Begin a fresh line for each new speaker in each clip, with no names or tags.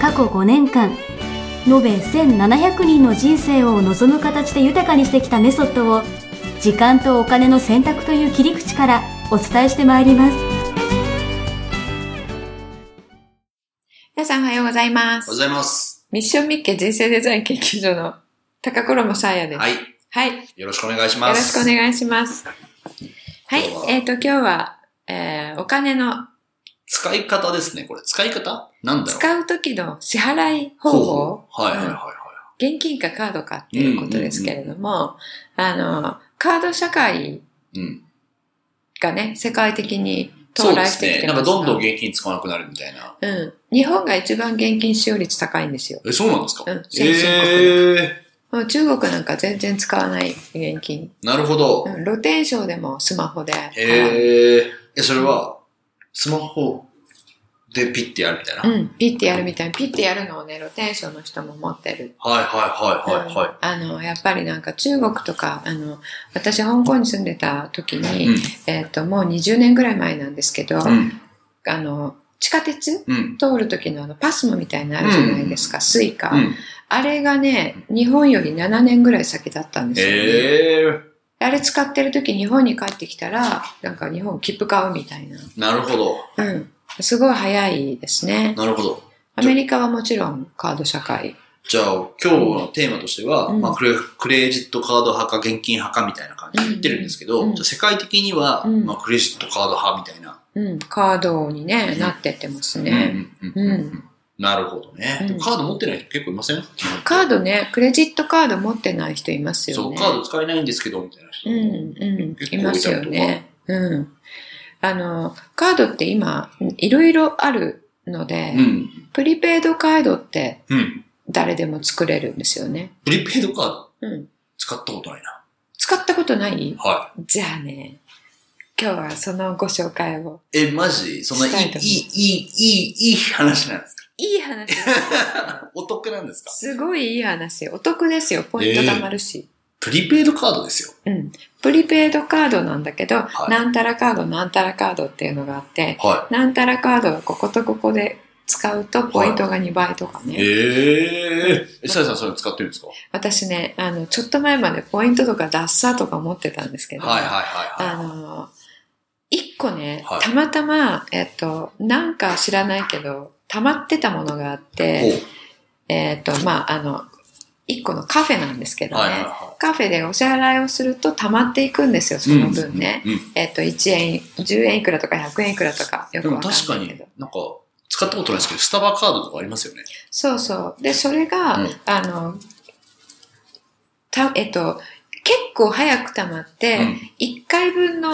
過去5年間延べ1700人の人生を望む形で豊かにしてきたメソッドを時間とお金の選択という切り口からお伝えしてまいります
皆さんおはようございま
おはようご
す。
ざいます。
ミッションミッケ人生デザイン研究所の高頃もさやです。
はい。
はい。よ
よろしくお願いしま
ろし
す。
くお願いします。はい
今日。は
えっ、と、今日は、えーお金の
使い方ですね、これ。使い方なんだろう。
使う時の支払い方法、
はいはいはいは
現金かカードかっていうことですけれども、あの、カード社会
い。うん。
がね、世界的に
そ
到
うで
来し
す
てき
ね。
て
な
ま
ん
す
かどんどん
ん
現金使わなくなるみたいな。
うん。日本が一番現金使用率高いんですよ。
え、そうなんですか
うん先進国
え
もう中国なんか全然使わない現金
ー。なるほど。
うん露天商でもスマホで。
えー。え、それは、スマホでピッてやるみたいな。
う
はい
ん、ピッてやるみたいな。ピッてやるのをね、露天商の人も持ってる。
はいはいはいは
あの、やっぱりなんか中国とか、あの、私香港に住んでた時
い。
に、
うん。
えっ、と、もう20年ぐらい前なんですけど、
うん。
あの、地下鉄
うん。
通る時のあのパスモみたいなのあるじゃないですか、スイカ、
うん。
あれがね、日本より7年ぐらい先だったんですよ、ね
えー。
あれ使ってる時日本に帰ってきたら、なんか日本切符買うみたいな。
なるほど。
うん。すごい早いですね。
なるほど。
アメリカはもちろんカード社会。
じゃあ、今日のテーマとしては、
うん
まあ、クレクレジットカード派か現金派かみたいな感じで言ってるんですけど、
うん
じゃあ世界的には、
うん
まあ、クレジットカード派みたいな。
うん、カードにね、なってってますね。
うんうんうんうん
う
なるほどね、
うん
でもカード持ってない人結構いません
カードね、クレジットカード持ってない人います
そ
よ
う、
ね。
カード使えないんですけど、みたいな人。
うん、うん、
結
い
構多
ま
い
す
だろ
よ
うな
ね。うん。あの、カードって今、いろいろあるので、
うん。
プリペイドカードって
うん。
誰でも作れるんですよね。
プリペイドカード
うん。
使ったことないな。
使ったことない
は
じゃあね、今日はそのご紹介を。
い。え、マジそんないい
したい、と
い
思う
い、いい、いい、いい話なんですか
いい 話です。
お得なんですか
すごいいい話。お得ですよ。ポイント貯まるし。
プリペイドカードですよ。
うん。プリペイドカードなんだけど、
はい
なんたらカード、なんたらカードっていうのがあって、
は
なんたらカードはこことここで使うとポイントが2倍とか
い。
ね。
えええ、さやさんそれ使ってるんですか
私ね、あの、ちょっと前までポイントとかダッサーとか持ってたんですけど、
はいはいはいはい。
あの、1個ね、
はい
たまたま、えっと、なんか知らないけど、溜まってたものがあって、えっと、まあ、あの、1個のカフェなんですけ
お
どね、
はいはいは
カフェでお支払いをすると溜まっていくんですよ、
い。
その分ね。
うん。うん
えっと、1円、10円いくらとか100円いくらとか、よ
で
くわ
も
かんない
確
けど。
かになんか、使ったことないですけど、スタバカードとかありますよね。
そうそう。で、それが、
うん
あの、た、えっと、結構早く溜まって、1回分の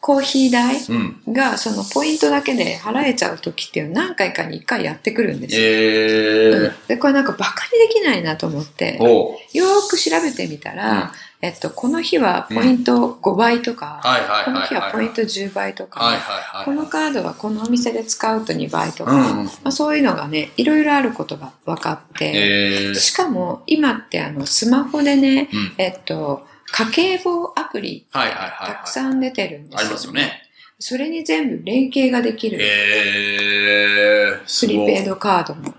コーヒー代
うん。うん。
が、そのポイントだけで払えちゃう時っていうのを何回かに1回やってくるんですよ。
え
うん
ー。
で、これなんかバカにできないなと思って、よ
おう
ーく調べてみたら、えっと、この日はポイント5倍とか、
はいはい
この
は
日
い
はポ
は
イ
い。
ント10倍と
はいはい
か、
はい。
このカードはこのお店で使うと2倍とか、
うんうん。
まあ、そういうのがね、いろいろあることが分かって、
えー。
しかも今ってあのスマホでね、
うん。
えっと、家計簿アプリ
はいはいはい。
たくさん出てるんです
ありますよ。ね。
それに全部連携ができる。
えー。す
プリ
ご
ペイ
い。
ドカードも。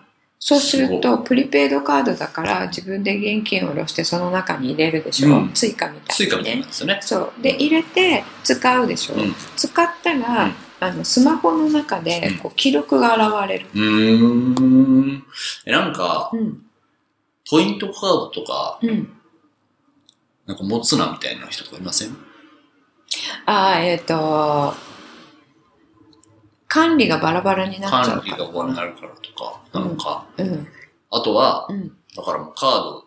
そうする
す
と、プリペイドカードだから自分で現金を下ろしてその中に入れるでしょ。
うん
追加みたいな、ね。
スイカみたいなんですよね。
そう。で、入れて使うでしょ。
うん
使ったら、
うん
あのスマホの中でこう記録が現れる。
うーん。え、なんか、
うん。
ポイントカードとか、
うん。
なんか持つなみたいな人とかいません
ああ、えっ、と、管理がバラバラになっちゃ
管
う
理
か
が
ら。
終わになるからとか、なんか、
うん、
あとは
う、ん、
だからもうカード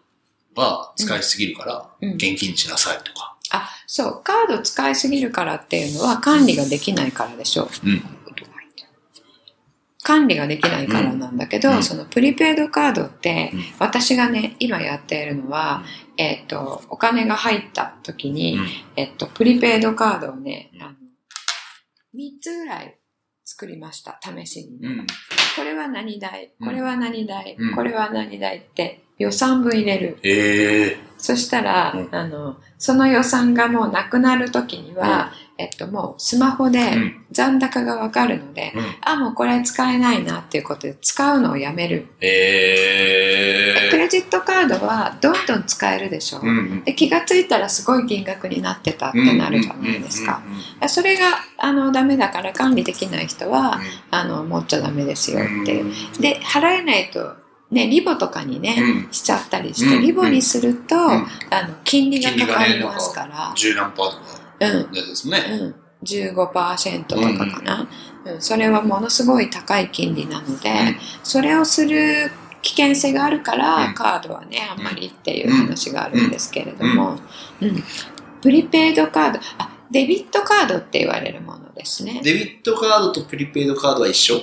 は使いすぎるから、
うん。
現金にしなさいとか。
あ、そう、カード使いすぎるからっていうのは管理ができないからでしょう。
うん
管理ができないからなんだけど、
うん
そのプリペイドカードって、
うん
私がね、今やっているのは、えっ、と、お金が入った時に、
うん
えっと、プリペイドカードをね、
うん
あの、3つぐらい作りました、試しに。
うん。
これは何代、
うん
これは何代、
うん
これは何代って予算分入れる。
ええ
そしたら、
うん
あの、その予算がもうなくなる時には、えっと、もうスマホで
うん
残高がわかるので、
うん。
あ、もうこれ使えないなっていうことで使うのをやめる。
え
ク
え
レジットカードはどんどん使えるでしょ。
うんうん。
で気がついたらすごい金額になってたってなるじゃないですか。
うんうんうん
それがあのダメだから管理できない人は
うん。
あの持っちゃダメですよ
うん
っていう。で払えないと、ね、リボとかに
う
ね、
ん。
しちゃったり
う
して
ん
リボにすると、
ん
あの金利がかかりますから、
十何パーとか
うん
ですね。
うん、15%とかかな、うん、それはものすごい高い金利なので、それをする危険性があるから、
うん
カードはねあんまりっていう話があるんですけれども、うんプリペイドカードあデビットカードって言われるものですね
デビットカードとプリペイドカードは一緒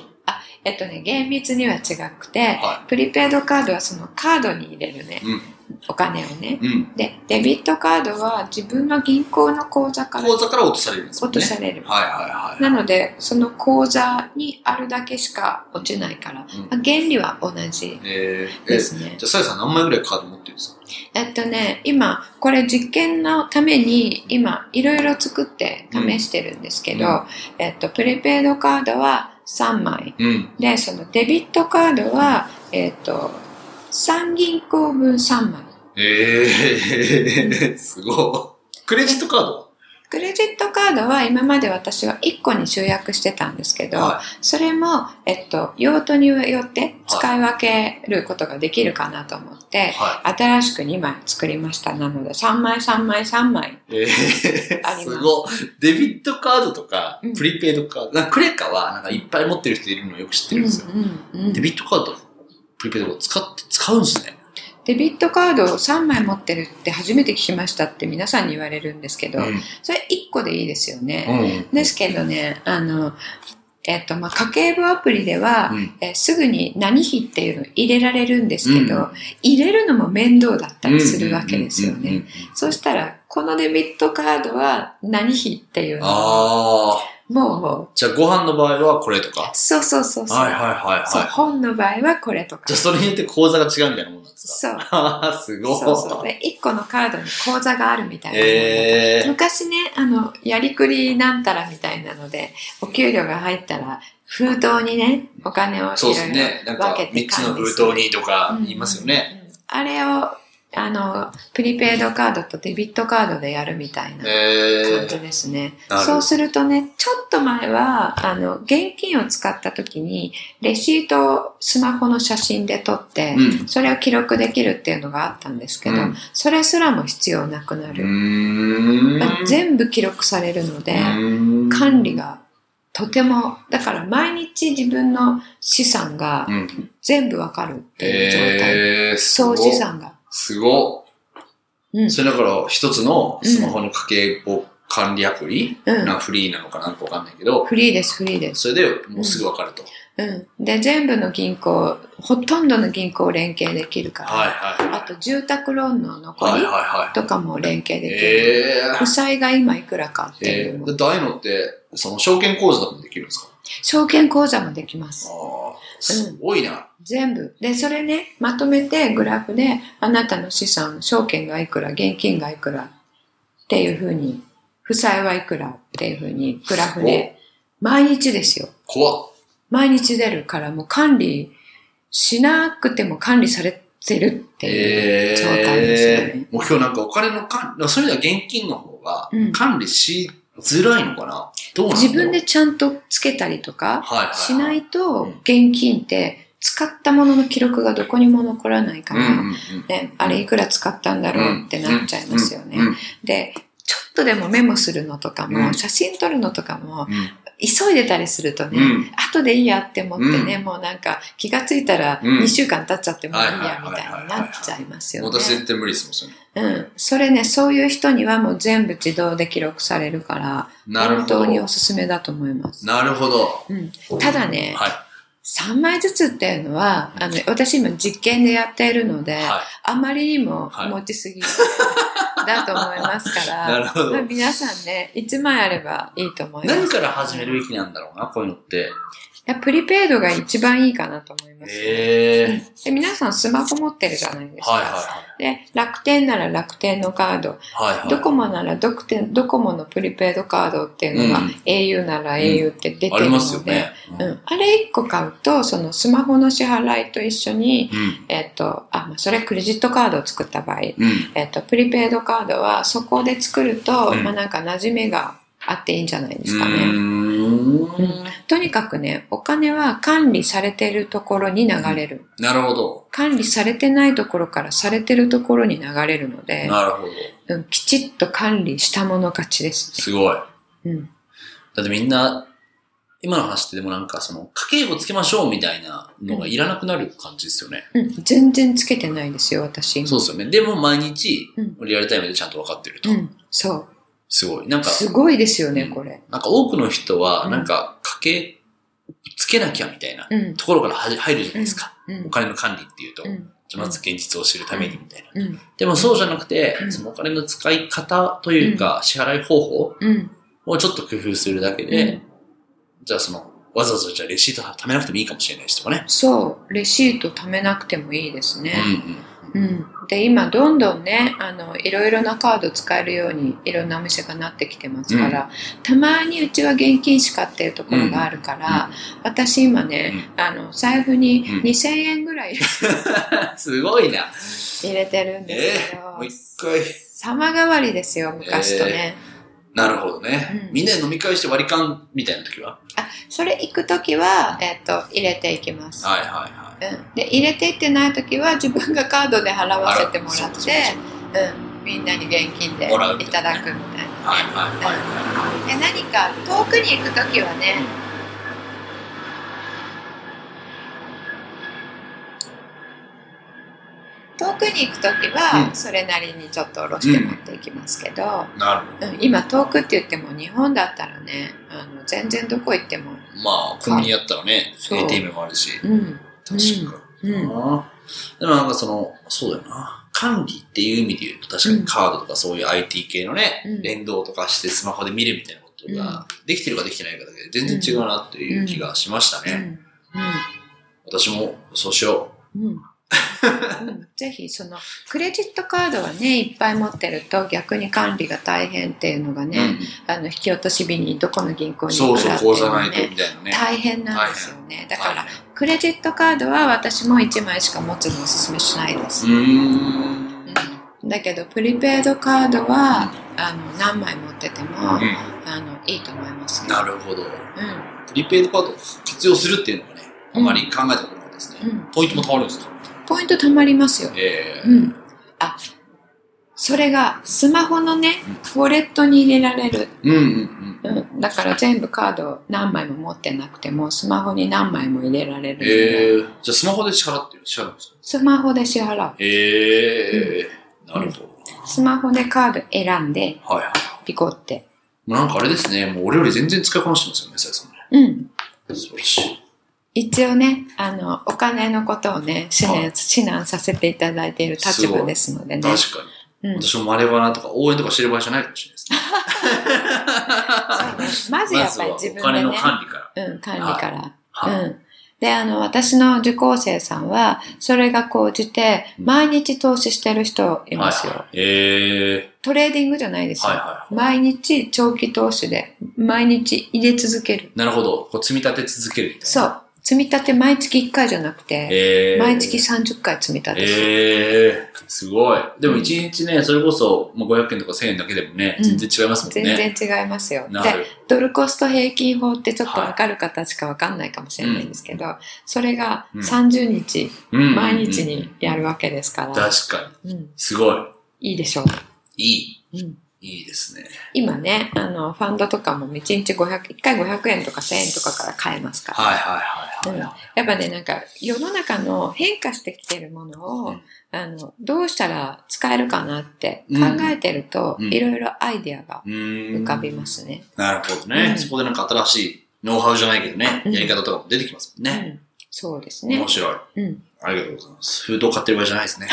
えっとね厳密には違くて
は
プリペイドカードはそのカードに入れるね
い。うん。
お金をね
うん。
でデビットカードは自分の銀行の口座から
口座から落とされるんですも
落と
んね。
される、
はいはいは
なのでその口座にあるだけしか落ちないから、
うん
まあ原理は同じ
い。えー、え
で
じ
すね
ゃあ、さやさん何枚ぐらいカード持ってるんですか
えっとね、今、これ実験のために、今、いろいろ作って試してるんですけど、
う
えっと、プリペイドカードは3枚。
うん。
で、そのデビットカードは、えっと、3銀行分3枚。
えー、 すごい。クレジットカード
クレジットカードは今まで私は1個に集約してたんですけど、
は
それも、えっと、用途によって使い分けることができるかなと思っ
い。
て、
は
新しく2枚作りました。なので、3枚、3枚、3枚。
い。えー、
あります
すごい。デビットカードとか
うん、
プリペイドカード、なんかクレカはなんかいっぱい持ってる人いるのよく知ってるんですよ。
うんうんうん
デビットカード、プリペイドカード使って、使うんですね。
デビットカードを3枚持ってるって初めて聞きましたって皆さんに言われるんですけど、
う
それ1個でいいですよね。
ん。うん。
ですけどね、あの、えっと、まあ、家計簿アプリでは、
うん
えーすぐに何費っていうのを入れられるんですけど、
うん
入れるのも面倒だったりするわけですよ
うんうんうんう
ね。
ん。
そうしたら、このデビットカードは何費っていうのを
ああ。
も
じゃあ、ご飯の場合はこれとか
う、。そうそうそうそう。
はいはいはい
そう
はい。
本の場合はこれとか
じゃあ、。それによって口座が違うみたいなもんなんです
そう。
かはは すごい。
そうそう。で、1個のカードに口座があるみたいなもので。
えー、
昔ね、あの、やりくりなんたらみたいなので、お給料が入ったら、封筒にね、お金をい
そうです
ろ
ね。
い
なん
ろ
か、
分けて
3つの
管理
封
す
筒
る
にとか言いますよね。
うんあれを、あの、プリペイドカードとデビットカードでやるみたいな感
え
じですね。
なるほど
そうするとね、ちょっと前は、あの、現金を使った時に、レシートをスマホの写真で撮って、
ー、うん。
それを記録できるっていうのがあったんですけど、
うん
それすらも必要なくな
う
る。
ーん
まあ全部記録されるので、
うん
管理がとても、だから毎日自分の資産が
うん。
全部わかるっていう状態。
えー、す
総
ご
資産が。
すご
うん
い。。それだから、一つのスマホの家計簿管理アプリ、
うん
なんかフリーなのかなんかわかんないけど、
フリーです、フリーです。
それでもうすぐわかると。
うん。で、全部の銀行、ほとんどの銀行を連携できるから、
はいはい。
あと住宅ローンの残
はいはい
り
は
とかも連携で
い。
きる。
えー。
負債が今いくらかってい
え
うの
ー、だってああいうのって、その証券口座とかもできるんですか
証券口座もできます。
ああ、すごいな。
全部。で、それね、まとめてグラフで、あなたの資産、証券がいくら、現金がいくらっていうふうに、負債はいくらっていうふうに、グラフで、毎日ですよ。
怖っ。
毎日出るから、もう管理しなくても管理されてるっていう状態ですよね。
もう今日なんかお金の管理、そういうのは現金の方が
うん
管理しづらいのかな、どうなんだろう
自分でちゃんとつけたりとか
はいはいはい
しな
う
いと
うん、
現金って使ったものの記録がどこにも残らないか
んう
ら、
んうん。
ね、あれいくら使ったんだろうってなっちゃいますよ
うんう
ね。
ん
で、ちょっとでもメモするのとか
う
も、
ん
写真撮るのとかも、
うん
急いでたりするとね、
うん
後でいいやって思ってね、もうなんか気がついたら
うん
2週間経っちゃってもういい
はい
や
はい
み
は
た
い
い
はい
になっちゃいますよね。
私絶対無理ですもん、そういう
うん。それね、そういう人にはもう全部自動で記録されるから、
のなる
本
ほど
当。におすすめだと思います。
なるほど。
うん、ただね、
はい。
3枚ずつっていうのは、あの、私今実験でやっているので、
はい。
あまりにも
はい
持ちすぎだと思いますか
な
ら、
るほど
まあ、。皆さんね、1枚あればいいと思いま
何
す。
から始めるべきなんだろうな、こういうのって。
いやプリペイドが一番いいかなと思います。
ええ
で皆さんスマホ持ってるじゃないですか。
はいは
で、楽天なら楽天のカード、
いはい。はいはい。
ドコモならドクテドコモのプリペイドカードっていうのが、
うん
au なら au って出てるの
あ
で、
りますよね。う
うん、あれ1個買うと、そのスマホの支払いと一緒に、
ん。
えっ、と、あ、まあそれクレジットカードを作った場合、
うん。
えっ、と、プリペイドカードはそこで作ると、
うん
まあなんか馴染みがあっていいんじゃないですかね。
うーん。
とにかくね、お金は管理されてるところに流れる。
なるほど。
管理されてないところからされてるところに流れるので、
なるほど。
うん、きちっと管理したもの勝ちです
すごい。
ね。うん。
だってみんな、今の話ってでもなんかその、家計簿つけましょうみたいなのがいらなくなる感じですよね。
うん、全然つけてないですよ、私。
そうですよね。でも毎日
うん、
リアルタイムでちゃんと分かってると。
うん、そ
すごい。なん
う。
か、
すごいですよ
う
ね、
ん
これ。
なんか多くの人
う
は、
ん
なんか家計つけなきゃみたいな
うん。
ところからはじ入るじゃないです
う
か。
ん
お金の管理っていうと
う、ん。
じゃあまず現実を知るためにみたいな。
うん。
でもそうじゃなくて
う、ん
そのお金の使い方というか、支払い方法
うん。
をちょっと工夫するだけで、じゃあその、わざわざじゃあレシート貯めなくてもいいかもしれないしとかね。
そう。レシート貯めなくてもいいですね。
う
うん
うん。
ん、で今どんどんねあのいろいろなカード使えるようにいろんなお店がなってきてますから、たまにうちは現金しかっていうところがあるから、私今ね、あの財布に
うん
2000円ぐ らい
すごいな。
入れてるんですけど、
もう一回。
様変わりですよ昔とね、
なるほどね。
うん
みんなで飲み会して割り勘みたいな時は
それ行く時は、えっと入れていきます、
はいはいは
うん、で入れていってない時は自分がカードで払わせてもら
あら
っ
そうかそう
てうん、みんなに現金でい
もらうみた
た
いな
だくみたいな。
い。はいはいはいは
で何か遠くに行く時はね遠くに行く時
う
は
ん
それなりにちょっと下ろして持っていきますけど、
い。なるほ
うん、今遠くって言っても日本だったらねあの全然どこ行っても
ど。まあ、コンビニやったらね、
そう
ATM もあるし。
うん
確か
うん
にな、でもなんかその、そうだよな。管理っていう意味で言うと、確かにカードとかそういう IT 系のね、
うん
連動とかしてスマホで見るみたいなことが、できてるかできてないかだけで全然違うなっていう気がしました
う
ね。
ん
私もそうしよ
うんうんうんぜひそのクレジットカードはねいっぱい持ってると逆に管理が大変っていうのが
う。
ね、あの引き落とし日にどこの銀行
うん
に
そ
行
う
く
そ
か
う、
ってい
口
う
座
の
な
は
いと
ね
みたいなね。
大変なんですよねだから
大変
クレジットカードは私も1枚しか持つのおすすめしないです、
う
だけどプリペイドカードはあの何枚持ってても、
ーん。う
あのいいと思います
ん
ね
なるほど。
う
プリペイドカードを活用するっていうのがね、あまり考えたことなかったですね。
んうん
ポイントも変わるんですか
ポイント貯まりますよ、
ええ
うん、あそれがスマホのねウォレットに入れられる、
うんうんうん。
うん、だから全部カード何枚も持ってなくてもスマホに何枚も入れられるので
ええじゃあスマホで支払ってる支払うんですか
スマホで支払う。
ええなるほど。
スマホでカード選んで、
はいはい。
ピコって。
もうなんかあれですね、もう俺より全然使いこなしてますよね、さやさんね。
うん。
素晴らしい。
一応ね、あの、お金のことをね、指南、指南させていただいている立場ですのでね。
確か
う
に。
ん。そ
私もマレバナとか応援とかしてる場合じゃないかもしれな
う
い
ね
ですね。
まずや
ま
っ
ず
ぱり
は
自
お
分
金
で
の
ね。
管理か
うん、管理から。
ら。はい。
うん。で、あの、私の受講生さんは、それが講じて、
うん
毎日投資してる人いますよ。
はいはいええ
トレーディングじゃないですよ。
はいはい。
毎日長期投資で、毎日入れ続ける。
なるほど。こう積み立て続けるみたいな。。
そうう。積み立て毎月1回じゃなくて、
ええ
毎月30回積み立てする。
ええすごい。でも一日ね、それこそ、もう500円とか1000円だけでもね、
うん
全然違いますもんね。
全然違いますよ。
な
で、
る。
ドルコスト平均法ってちょっと
はい
わかる方しかわかんないかもしれないんですけど、それが
うん
30日、
うん
毎日に。やるわけですから、
確かに。
うん、
すごい。
いいでしょ
い
う。
い。
うん
いいですね。
今ね、あの、ファンドとかも1日500、1回500円とか1000円とかから買えますから。
はいはいはいはい。
やっぱね、なんか、世の中の変化してきてるものを、
うん
あの、どうしたら使えるかなって考えてると、
うん
いろいろアイデアが
うーん
浮かびますね。
なるほどね。
うん
そこでなんか新しいノウハウじゃないけどね、
うん
やり方とかも出てきますもんね。
うんそうですね
面。白い。
うん。
ありがとうございます。フードを買ってる場合じゃないですね。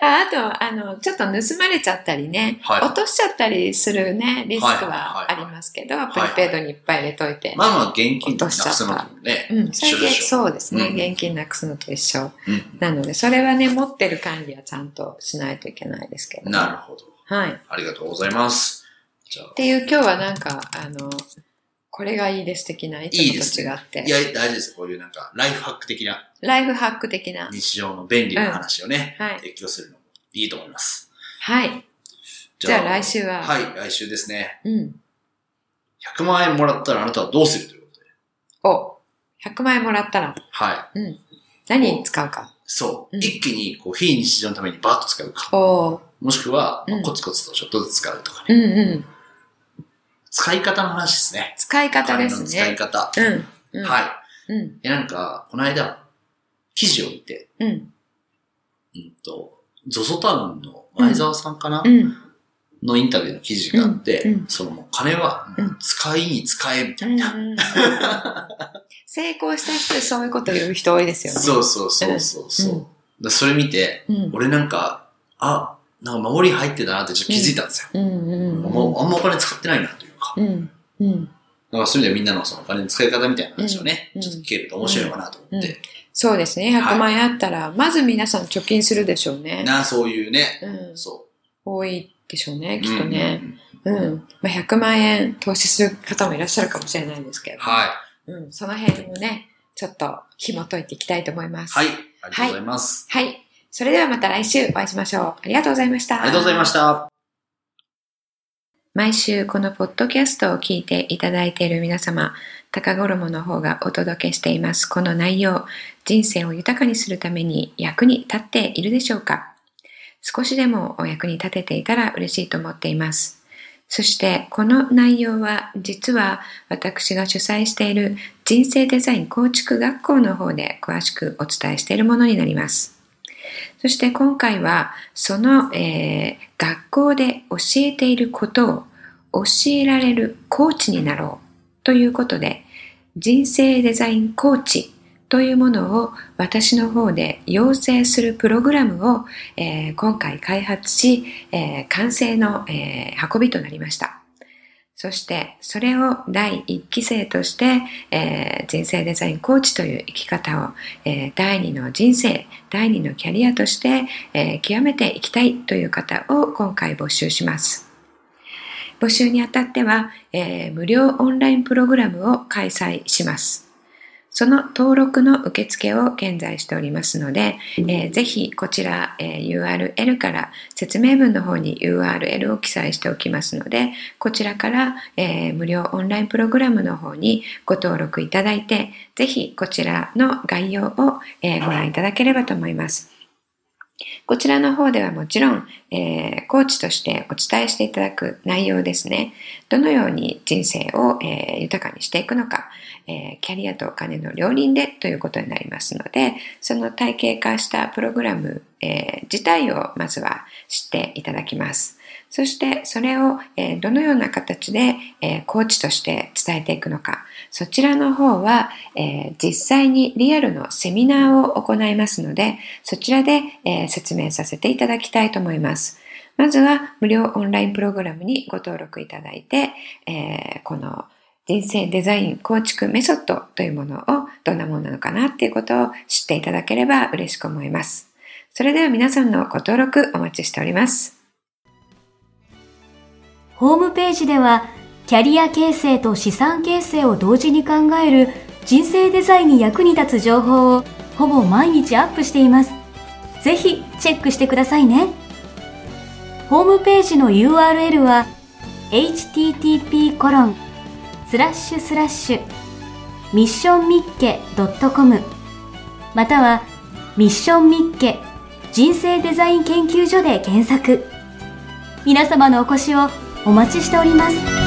ああと、あの、ちょっと盗まれちゃったりね、
はい
落としちゃったりするね、リスクは
は
あ
いはいはい
りますけど、
い
プリペイドにいっぱい入れといて。
まあまあ、現金
落としちゃ
な
っ
く
た
すのとね、
うん、
一
最
緒で
低
しょ。
そうですね、
うん
現金なくすのと一緒。
うん
なので、それはね、持ってる管理はちゃんとしないといけないですけど。
なるほど。
はい。っ
ありがとうございます。じゃあ、
ていう、今日はなんか、あの、これがいいです的な、いつ
いい
も
で
と
す
違
ね
って、
いや、大事です。こういうなんか、ライフハック的な
ライフハック的な。
日常の便利な話をね、
はい。
提供するのもいいと思います。
はい。じゃあ来週は、
はい、来週ですね。
うん。
100万円もらったらあなたはどうするということで。
お、100万円もらったら、
はい。
うん。何に使うか。
そう。
うん
一気に、こう、非日常のためにバーッと使うか。
おー
もしくは、まあ
うん
コツコツとちょっとずつ使うとかね。
うんうん。
使い方の話ですね。
使い方で
お金
す
の使い
ね。
方。
うん。。
はいい。
うん。
え、なんか、この間、記事を見て、
うん。
うんと、ゾゾタウンの前澤さんかな、
うん。
のインタビューの記事があって、
うんうん
そのもう金はもう
うん
使いに使えみた
う
い
ん
な。
うん。成功した人でそういうこと言う人多いですよね。
そうそうそうそうそ
う
う。
ん
だからそれ見て、
うん。
俺なんか、あ、なんか守り入ってたなってちょっと気づいたんですよ。
うんうんうん。
もうあんまお金使ってないなというか。
うん。うん。
なんかそういう意味ではみんなのそのお金の使い方みたいな話をね、
うん
ちょっと聞けると面白いのかなと思って。
そうですね。100万円あったら、まず皆さん貯金するでしょうね。
なあ、そういうね、
うん。
そ
多いでしょうね、
う。
きっとね。
うん。
うん。まあ、100万円投資する方もいらっしゃるかもしれないですけど。
はい。
うん。その辺もね、ちょっと紐解いていきたいと思います。
はい。ありがとうございます。
はい。それではまた来週お会いしましょう。ありがとうございました。
ありがとうございました。
毎週このポッドキャストを聞いていただいている皆様、高衣の方がお届けしています。この内容、人生を豊かにするために役に立っているでしょうか少しでもお役に立てていたら嬉しいと思っています。そしてこの内容は実は私が主催している人生デザイン構築学校の方で詳しくお伝えしているものになります。そして今回はその、えー学校で教えていることを教えられるコーチになろうということで人生デザインコーチというものを私の方で養成するプログラムを、えー今回開発し、えー完成の、えー運びとなりました。そしてそれを第1期生として、えー人生デザインコーチという生き方を、えー第2の人生第2のキャリアとして、えー極めていきたいという方を今回募集します。募集にあたっては、えー無料オンラインプログラムを開催します。その登録の受付を現在しておりますので、えーぜひこちら、えー URL から説明文の方に URL を記載しておきますので、こちらから、えー無料オンラインプログラムの方にご登録いただいて、ぜひこちらの概要をえーご覧いただければと思います。こちらの方ではもちろん、えーコーチとしてお伝えしていただく内容ですね。どのように人生を、えー豊かにしていくのか、えーキャリアとお金の両輪でということになりますので、その体系化したプログラム、えー自体をまずは知っていただきます。そしてそれを、えーどのような形で、えーコーチとして伝えていくのか、そちらの方は、えー実際にリアルのセミナーを行いますので、そちらで、えー説明させていただきたいと思います。まずは無料オンラインプログラムにご登録いただいて、えーこの人生デザイン構築メソッドというものをどんなものなのかなっていうことを知っていただければ嬉しく思います。それでは皆さんのご登録お待ちしております。
ホームページでは、キャリア形成と資産形成を同時に考える人生デザインに役に立つ情報をほぼ毎日アップしています。ぜひチェックしてくださいね。ホームページの URL は http コロンスラッシュスラッシュミッションミッケ .com またはミッションミッケ人生デザイン研究所で検索。皆様のお越しをお待ちしております。